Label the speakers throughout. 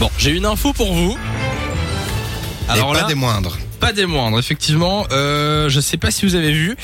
Speaker 1: Bon, j'ai une info pour vous.
Speaker 2: Alors
Speaker 1: là,
Speaker 2: pas des moindres.
Speaker 1: pas des moindres, effectivement. Euh, je sais pas si vous avez vu.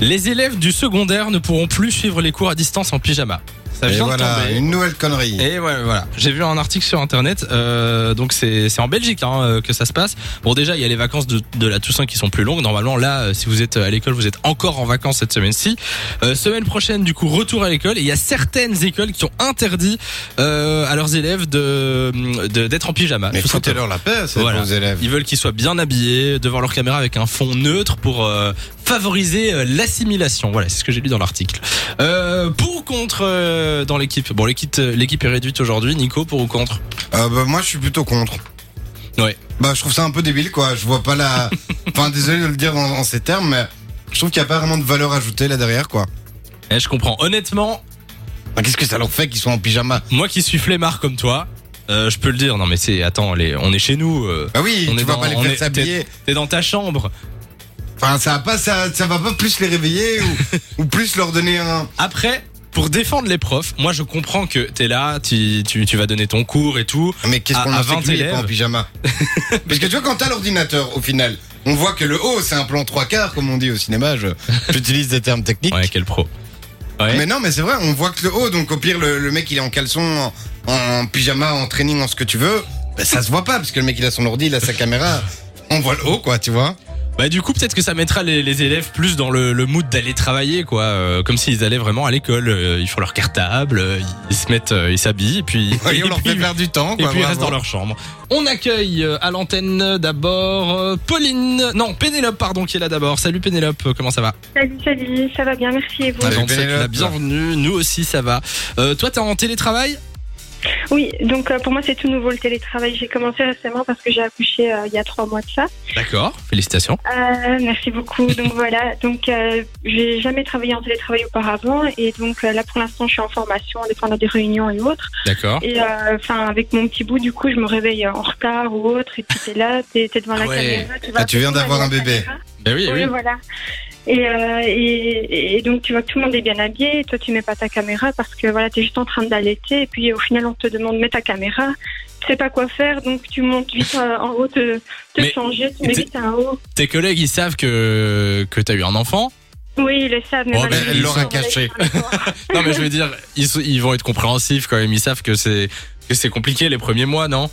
Speaker 1: Les élèves du secondaire ne pourront plus suivre les cours à distance en pyjama. Ça
Speaker 2: Et
Speaker 1: vient de
Speaker 2: voilà,
Speaker 1: tomber.
Speaker 2: une nouvelle connerie.
Speaker 1: Et voilà, voilà. j'ai vu un article sur internet, euh, donc c'est c'est en Belgique hein, euh, que ça se passe. Bon déjà, il y a les vacances de, de la Toussaint qui sont plus longues. Normalement là, euh, si vous êtes à l'école, vous êtes encore en vacances cette semaine-ci. Euh, semaine prochaine, du coup, retour à l'école. Et il y a certaines écoles qui ont interdit euh, à leurs élèves de de- d'être en pyjama.
Speaker 2: Mais
Speaker 1: tout simplement.
Speaker 2: foutez-leur la paix, ces
Speaker 1: Voilà.
Speaker 2: bons élèves.
Speaker 1: Ils veulent qu'ils soient bien habillés devant leur caméra avec un fond neutre pour euh, favoriser euh, l'assimilation. Voilà, c'est ce que j'ai lu dans l'article. Euh, pour ou contre euh, dans l'équipe Bon, l'équipe euh, l'équipe est réduite aujourd'hui. Nico, pour ou contre
Speaker 2: Euh, bah, moi, je suis plutôt contre.
Speaker 1: Ouais.
Speaker 2: Bah, je trouve ça un peu débile, quoi. Je vois pas la. enfin, désolé de le dire en, en ces termes, mais je trouve qu'il y a pas vraiment de valeur ajoutée là derrière, quoi.
Speaker 1: Eh, Je comprends. Honnêtement,
Speaker 2: Ah, Qu'est-ce que ça leur fait qu'ils soient en pyjama
Speaker 1: moi qui suis flemmard comme toi, euh, je peux le dire. Non, mais c'est attends, les- on est chez nous. euh,
Speaker 2: Bah oui,
Speaker 1: On est
Speaker 2: tu vas
Speaker 1: dans-
Speaker 2: pas les
Speaker 1: on
Speaker 2: faire
Speaker 1: est-
Speaker 2: s'habiller.
Speaker 1: T'es dans ta chambre.
Speaker 2: Enfin, ça va pas, ça, ça va pas plus les réveiller ou, ou plus leur donner un.
Speaker 1: Après. Pour défendre les profs, moi je comprends que t'es là, tu, tu, tu vas donner ton cours et tout.
Speaker 2: Mais qu'est-ce
Speaker 1: À-
Speaker 2: qu'on
Speaker 1: à
Speaker 2: a fait
Speaker 1: 20
Speaker 2: que lui, il est pas
Speaker 1: élèves.
Speaker 2: en pyjama Parce que tu vois, quand t'as l'ordinateur, au final, on voit que le haut, c'est un plan trois quarts, comme on dit au cinéma. je- J'utilise des termes techniques.
Speaker 1: Ouais, quel pro. Ouais.
Speaker 2: Mais non, mais c'est vrai, on voit que le haut, donc au pire, le, le mec il est en caleçon, en, en pyjama, en training, en ce que tu veux. Bah, ça se voit pas, parce que le mec il a son ordi, il a sa caméra. On voit le haut, quoi, tu vois.
Speaker 1: Bah du coup peut-être que ça mettra les, les élèves plus dans le, le mood d'aller travailler quoi, euh, comme s'ils allaient vraiment à l'école, euh, ils font leur cartable, euh, ils se mettent, euh, ils s'habillent, et puis,
Speaker 2: Et
Speaker 1: et
Speaker 2: on leur
Speaker 1: puis-
Speaker 2: fait perdre du temps,
Speaker 1: et
Speaker 2: quoi.
Speaker 1: puis ils
Speaker 2: bravo.
Speaker 1: restent dans leur chambre. On accueille euh, à l'antenne d'abord euh, Pauline, non Pénélope pardon qui est là d'abord. Salut Pénélope, euh, comment ça va
Speaker 3: Salut, salut, ça va bien, merci et vous
Speaker 2: Salut,
Speaker 1: On te souhaite
Speaker 2: Pénélope.
Speaker 1: la bienvenue, nous aussi ça va. Euh, toi t'es en télétravail
Speaker 3: Oui, donc euh, pour moi c'est tout nouveau le télétravail. J'ai commencé récemment parce que j'ai accouché euh, il y a trois mois de ça.
Speaker 1: D'accord, félicitations.
Speaker 3: Euh, merci beaucoup. Donc voilà, donc euh, j'ai jamais travaillé en télétravail auparavant et donc euh, là pour l'instant je suis en formation, des fois on a des réunions et autres.
Speaker 1: D'accord.
Speaker 3: Et euh, enfin avec mon petit bout du coup je me réveille euh, en retard ou autre et puis t'es là, t'es t'es devant la
Speaker 1: Ah ouais.
Speaker 3: caméra. Tu, vois
Speaker 2: Ah, tu viens
Speaker 3: tout le monde
Speaker 2: d'avoir
Speaker 3: à
Speaker 2: un
Speaker 3: la
Speaker 2: bébé.
Speaker 3: caméra.
Speaker 1: Ben oui,
Speaker 3: Oui,
Speaker 1: oui.
Speaker 3: voilà. Et, euh, et, et donc tu vois que tout le monde est bien habillé, et toi tu mets pas ta caméra parce que voilà, tu es juste en train d'allaiter, et puis au final on te demande mets ta caméra, tu sais pas quoi faire, donc tu montes vite euh, en haut, te, te
Speaker 1: Mais-
Speaker 3: changer, tu
Speaker 1: et
Speaker 3: mets
Speaker 1: t'es-
Speaker 3: vite en haut.
Speaker 1: Tes collègues ils savent que que t'as eu un enfant.
Speaker 3: Oui, ils le savent, mais
Speaker 1: Oh,
Speaker 3: malgré
Speaker 1: ben,
Speaker 3: tout,
Speaker 1: elle l'aura
Speaker 3: ils sont
Speaker 2: caché.
Speaker 3: relaxés par rapport.
Speaker 1: Non mais je veux dire, ils, sont- ils vont être compréhensifs quand même, ils savent que c'est que c'est compliqué les premiers mois, non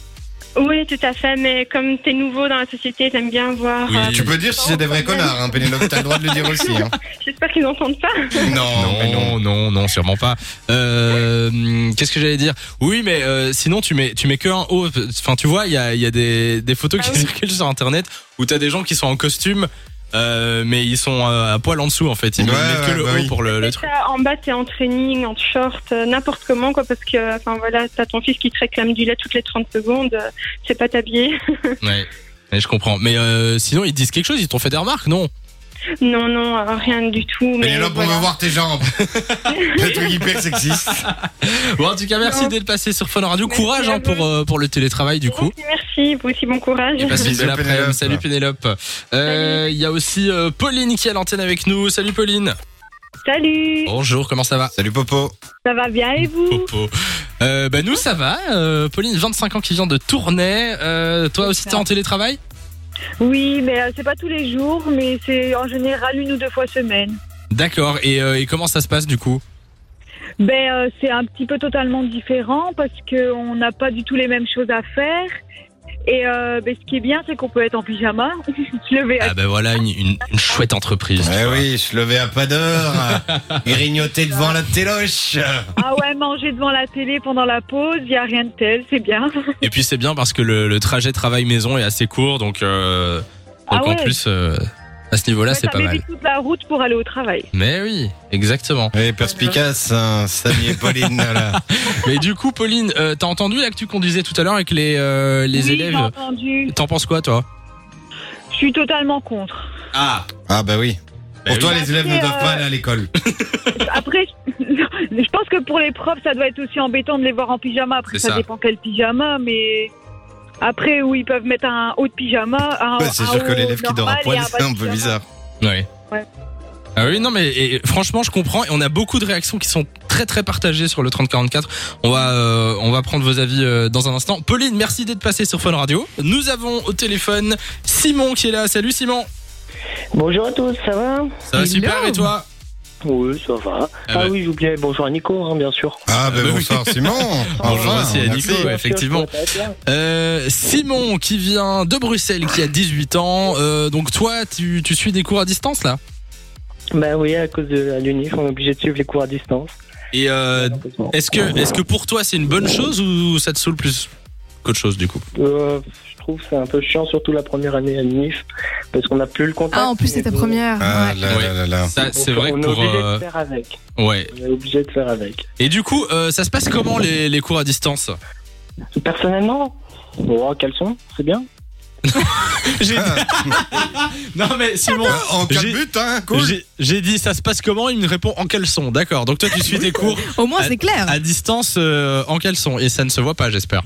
Speaker 3: oui, tout à fait, mais comme tu es nouveau dans la société, t'aimes bien voir. euh,
Speaker 1: Oui.
Speaker 2: Tu peux dire si c'est des vrais connards, hein, Pénélope, t'as le droit de le dire aussi. Hein.
Speaker 3: J'espère qu'ils n'entendent pas.
Speaker 2: Non, mais
Speaker 1: non,
Speaker 2: non.
Speaker 1: non, non, sûrement pas. Euh, hum, Qu'est-ce que j'allais dire Oui, mais euh, sinon tu mets tu mets que un haut. Enfin, tu vois, il y a, il y a des, des photos qui
Speaker 3: Ah oui.
Speaker 1: circulent sur Internet où t'as des gens qui sont en costume, euh, mais ils sont euh, à poil en dessous en fait. Ils
Speaker 2: Ouais,
Speaker 1: mettent que
Speaker 2: ouais,
Speaker 1: le
Speaker 2: bah
Speaker 1: haut
Speaker 2: oui.
Speaker 1: pour le, le
Speaker 3: Et
Speaker 1: truc.
Speaker 3: ça, euh, en bas, t'es en training, en short, euh, n'importe comment, quoi, parce que, enfin voilà, t'as ton fils qui te réclame du lait toutes les 30 secondes, euh, c'est pas t'habiller.
Speaker 1: Ouais. Ouais, je comprends. Mais euh, sinon, ils te disent quelque chose. Ils t'ont fait des remarques, non
Speaker 3: Non, non, euh, rien du tout. Mais
Speaker 2: Pénélope, on
Speaker 3: voilà.
Speaker 2: va voir tes jambes. le truc hyper sexiste.
Speaker 1: Bon, en tout cas, merci
Speaker 3: Non.
Speaker 1: d'être passé sur Fun Radio.
Speaker 3: Merci
Speaker 1: Courage
Speaker 3: à
Speaker 1: hein, pour
Speaker 3: vous.
Speaker 1: euh, pour le télétravail du coup.
Speaker 3: Merci, merci, vous aussi, bon courage.
Speaker 1: Et passez une
Speaker 2: Bisous,
Speaker 1: belle après-midi.
Speaker 2: Pénélope.
Speaker 1: Salut Pénélope. Euh, Il y a aussi euh, Pauline qui est à l'antenne avec nous. Salut Pauline.
Speaker 4: Salut,
Speaker 1: Bonjour, comment ça va
Speaker 2: Salut Popo.
Speaker 4: ça va bien et vous
Speaker 1: Popo. Euh, bah nous ça va. Euh, Pauline, 25 ans qui vient de Tournai. Euh, toi aussi
Speaker 4: ça.
Speaker 1: t'es en télétravail
Speaker 4: Oui, mais euh, c'est pas tous les jours, mais c'est en général une ou deux fois semaine.
Speaker 1: D'accord. Et, euh, et comment ça se passe du coup
Speaker 4: Ben euh, c'est un petit peu totalement différent parce que on n'a pas du tout les mêmes choses à faire. Et euh, ben, ce qui est bien, c'est qu'on peut être en pyjama, se lever à
Speaker 1: Ah bah voilà une, une- une chouette entreprise. tu
Speaker 2: Eh
Speaker 1: vois.
Speaker 2: oui, je levais à pas d'heure. grignoter devant la téloche.
Speaker 4: ah ouais, manger devant la télé pendant la pause, il y a rien de tel, c'est bien.
Speaker 1: Et puis c'est bien parce que le, le trajet travail maison est assez court donc, euh, donc
Speaker 4: Ah
Speaker 1: en
Speaker 4: ouais.
Speaker 1: plus euh, à ce niveau-là
Speaker 4: Ouais,
Speaker 1: c'est
Speaker 4: ça
Speaker 1: pas mal.
Speaker 4: m'évite toute la route pour aller au travail.
Speaker 1: Mais oui, exactement.
Speaker 2: Oui, perspicace, hein, Samy et Pauline. Là.
Speaker 1: Mais du coup Pauline, euh, t'as entendu là que tu conduisais tout à l'heure avec les euh, les
Speaker 4: oui,
Speaker 1: élèves
Speaker 4: j'ai entendu.
Speaker 1: T'en penses quoi, toi
Speaker 4: Je suis totalement contre.
Speaker 1: Ah
Speaker 2: Ah bah oui. Pour toi,
Speaker 4: oui.
Speaker 2: les élèves ne doivent pas aller à l'école.
Speaker 4: Après, je je pense que pour les profs, ça doit être aussi embêtant de les voir en pyjama. Après,
Speaker 1: C'est
Speaker 4: ça,
Speaker 1: ça.
Speaker 4: dépend quel pyjama, mais après, où ils peuvent mettre un haut de pyjama. un-
Speaker 2: Bah, c'est
Speaker 4: un
Speaker 2: sûr que
Speaker 4: haut
Speaker 2: l'élève qui dort à
Speaker 4: Ah, oh, normal et
Speaker 2: poil,
Speaker 4: un bas
Speaker 2: c'est un peu
Speaker 4: pyjama.
Speaker 2: bizarre.
Speaker 1: Ouais.
Speaker 4: Ouais.
Speaker 1: Ah oui, non, mais et, franchement, je comprends. Et on a beaucoup de réactions qui sont très très partagées sur le 3044. On va euh, on va prendre vos avis euh, dans un instant. Pauline, merci d'être passée sur Fun Radio. Nous avons au téléphone Simon qui est là. Salut Simon.
Speaker 5: Bonjour à tous, ça va
Speaker 1: Ça va super et toi
Speaker 5: Oui, ça va.
Speaker 1: Ah
Speaker 5: Ah,
Speaker 1: bah.
Speaker 5: oui, j'oubliais, bonjour à Nico, hein, bien sûr.
Speaker 2: Ah, ben
Speaker 1: bah oui.
Speaker 2: bonsoir Simon.
Speaker 1: Bonjour
Speaker 2: Enfin,
Speaker 1: aussi à
Speaker 2: merci.
Speaker 1: Nico, ouais, effectivement. Euh, Simon qui vient de Bruxelles, qui a 18 ans. Euh, donc toi, tu, tu suis des cours à distance là
Speaker 5: Ben oui, à cause de la l'UNIF, on est obligé de suivre les cours à distance.
Speaker 1: Et euh,
Speaker 5: malheureusement.
Speaker 1: est-ce que est-ce que pour toi c'est une bonne chose ou ça te saoule plus qu'autre chose du coup
Speaker 5: Euh, je trouve que c'est un peu chiant, surtout la première année à l'UNIF, parce qu'on n'a plus le contact.
Speaker 6: Ah, en plus, c'est ta
Speaker 5: mais
Speaker 6: première.
Speaker 2: Ah
Speaker 6: ouais.
Speaker 2: là là là là.
Speaker 1: Ça Ah, c'est vrai que
Speaker 5: on est
Speaker 1: pour
Speaker 5: obligé
Speaker 1: euh,
Speaker 5: de faire avec.
Speaker 1: ouais.
Speaker 5: On est obligé de faire avec.
Speaker 1: Et du coup, euh, ça se passe comment les, les cours à distance
Speaker 5: Personnellement, bon, caleçon, c'est bien.
Speaker 1: J'ai-
Speaker 2: Ah,
Speaker 1: Non mais Simon,
Speaker 2: en cas de
Speaker 1: J'ai-
Speaker 2: but, hein, cool.
Speaker 1: j'ai- j'ai dit ça se passe comment, il me répond en caleçon. D'accord. Donc toi tu suis tes cours
Speaker 6: Au moins, c'est clair.
Speaker 1: à distance euh, en caleçon et ça ne se voit pas, j'espère.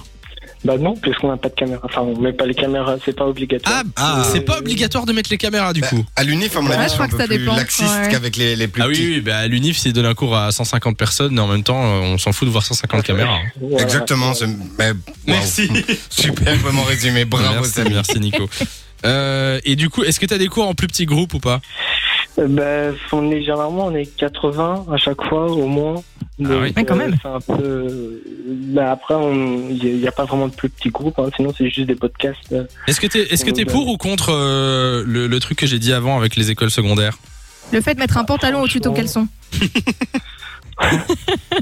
Speaker 5: Bah non, puisqu'on n'a pas de caméra. Enfin, on met pas les caméras, c'est pas obligatoire.
Speaker 1: Ah, c'est pas obligatoire de mettre les caméras du
Speaker 2: Bah,
Speaker 1: coup.
Speaker 2: À l'UNIF, à mon
Speaker 5: Ouais,
Speaker 2: avis, je
Speaker 5: je
Speaker 2: suis
Speaker 6: crois
Speaker 2: un
Speaker 6: que
Speaker 2: peu
Speaker 6: ça
Speaker 2: plus
Speaker 6: dépend,
Speaker 2: laxiste
Speaker 6: ouais.
Speaker 2: qu'avec les, les plus
Speaker 1: Ah oui,
Speaker 2: petits.
Speaker 1: oui, bah à l'UNIF, s'ils donnent un cours à 150 personnes, mais en même temps, euh, on s'en fout de voir 150 caméras. hein.
Speaker 5: Voilà.
Speaker 2: Exactement. c'est- mais- wow. Super, vraiment résumé. Bravo,
Speaker 1: merci,
Speaker 2: Samy.
Speaker 1: merci Nico. Euh, et du coup, est-ce que t'as des cours en plus petit groupe ou pas
Speaker 5: Euh, Ben, on est généralement on est 80 à chaque fois au moins. Donc, euh,
Speaker 1: oui.
Speaker 6: Ouais, quand même.
Speaker 5: c'est un peu. Ben, après, on- il n'y a, pas vraiment de plus petits groupes. hein, sinon, c'est juste des podcasts. euh.
Speaker 1: Est-ce que t'es est-ce que t'es pour ou contre euh, le, le truc que j'ai dit avant avec les écoles secondaires
Speaker 6: Le fait de mettre un pantalon au-dessus de ton caleçon.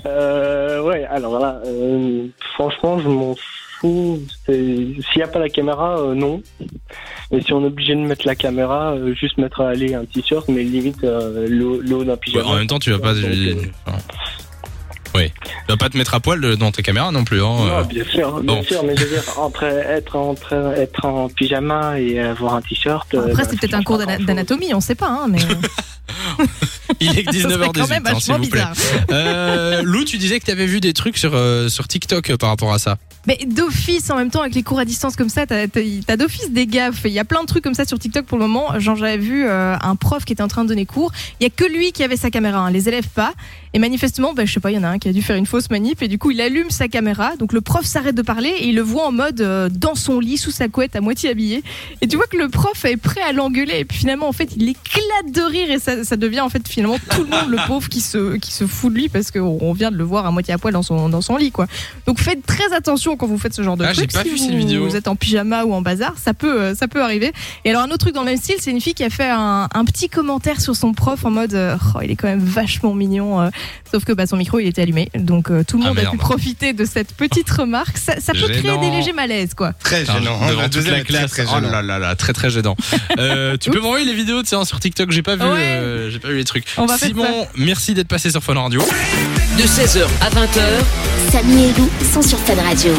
Speaker 5: Euh, ouais. Alors là, euh, franchement, je m'en fous. C'est- S'il n'y a pas la caméra, euh, non. Mais si on est obligé de mettre la caméra, euh, juste mettre à aller un t-shirt, mais limite euh, le haut- le haut d'un
Speaker 1: Ouais,
Speaker 5: pyjama.
Speaker 1: Bah, En même temps, tu vas pas.
Speaker 5: Donc, euh,
Speaker 1: enfin, oui. Tu vas pas te mettre à poil euh, dans tes caméras non plus. Hein, euh.
Speaker 5: Non, bien sûr, bien
Speaker 1: Bon.
Speaker 5: sûr, mais je veux dire, entre être, entre, être en pyjama et avoir un t-shirt. euh,
Speaker 6: Après,
Speaker 5: bah,
Speaker 6: c'est peut-être
Speaker 5: ça
Speaker 6: un
Speaker 5: change
Speaker 6: cours
Speaker 5: pas
Speaker 6: d'ana-
Speaker 5: grand-chose.
Speaker 6: d'anatomie, on sait pas, hein, mais.
Speaker 1: Il est que
Speaker 6: ça serait quand
Speaker 1: 19h18,
Speaker 6: même
Speaker 1: hein, s'il
Speaker 6: vachement
Speaker 1: vous plaît.
Speaker 6: bizarre.
Speaker 1: Euh, Lou, tu disais que t'avais vu des trucs sur, euh, sur TikTok euh, par rapport à ça.
Speaker 6: Mais d'office, en même temps, avec les cours à distance comme ça, t'as t'as- t'as d'office des gaffes. Il y a plein de trucs comme ça sur TikTok pour le moment. Genre, j'avais vu euh, un prof qui était en train de donner cours. Il y a que lui qui avait sa caméra, hein, les élèves pas. Et manifestement, ben, je sais pas, il y en a un qui a dû faire une fausse manip. Et du coup, il allume sa caméra. Donc, le prof s'arrête de parler et il le voit en mode euh, dans son lit, sous sa couette, à moitié habillé. Et tu vois que le prof est prêt à l'engueuler. Et puis finalement, en fait, il éclate de rire. Et ça, ça devient, en fait, finalement, tout le monde, le pauvre, qui se, qui se fout de lui parce qu'on on vient de le voir à moitié à poil dans son, dans son lit, quoi. Donc faites très attention quand vous faites ce genre de
Speaker 1: Ah, j'ai
Speaker 6: truc.
Speaker 1: pas
Speaker 6: si
Speaker 1: vu
Speaker 6: vous,
Speaker 1: cette vidéo.
Speaker 6: vous êtes en pyjama ou en bazar, ça peut, euh, ça peut arriver. Et alors un autre truc dans le même style, c'est une fille qui a fait un, un petit commentaire sur son prof en mode euh, oh, il est quand même vachement mignon. euh. sauf que bah, son micro il était allumé, donc euh, tout le
Speaker 1: Ah,
Speaker 6: monde a
Speaker 1: merde.
Speaker 6: pu profiter de cette petite remarque. Ça, ça peut créer
Speaker 1: Gênant.
Speaker 6: des légers malaises, quoi.
Speaker 2: Très gênant. hein,
Speaker 1: Devant
Speaker 2: le
Speaker 1: toute
Speaker 2: deuxième
Speaker 1: la
Speaker 2: est très,
Speaker 1: classe.
Speaker 2: très
Speaker 1: oh
Speaker 2: gênant.
Speaker 1: là là là, très très gênant. Euh, tu peux m'envoyer les vidéos tiens sur TikTok, j'ai pas vu
Speaker 6: Ouais.
Speaker 1: euh, j'ai pas vu les trucs.
Speaker 6: On va faire
Speaker 1: Simon, merci d'être passé sur Fun Radio.
Speaker 7: De 16h à 20h,
Speaker 8: Samy et Lou sont sur Fan Radio.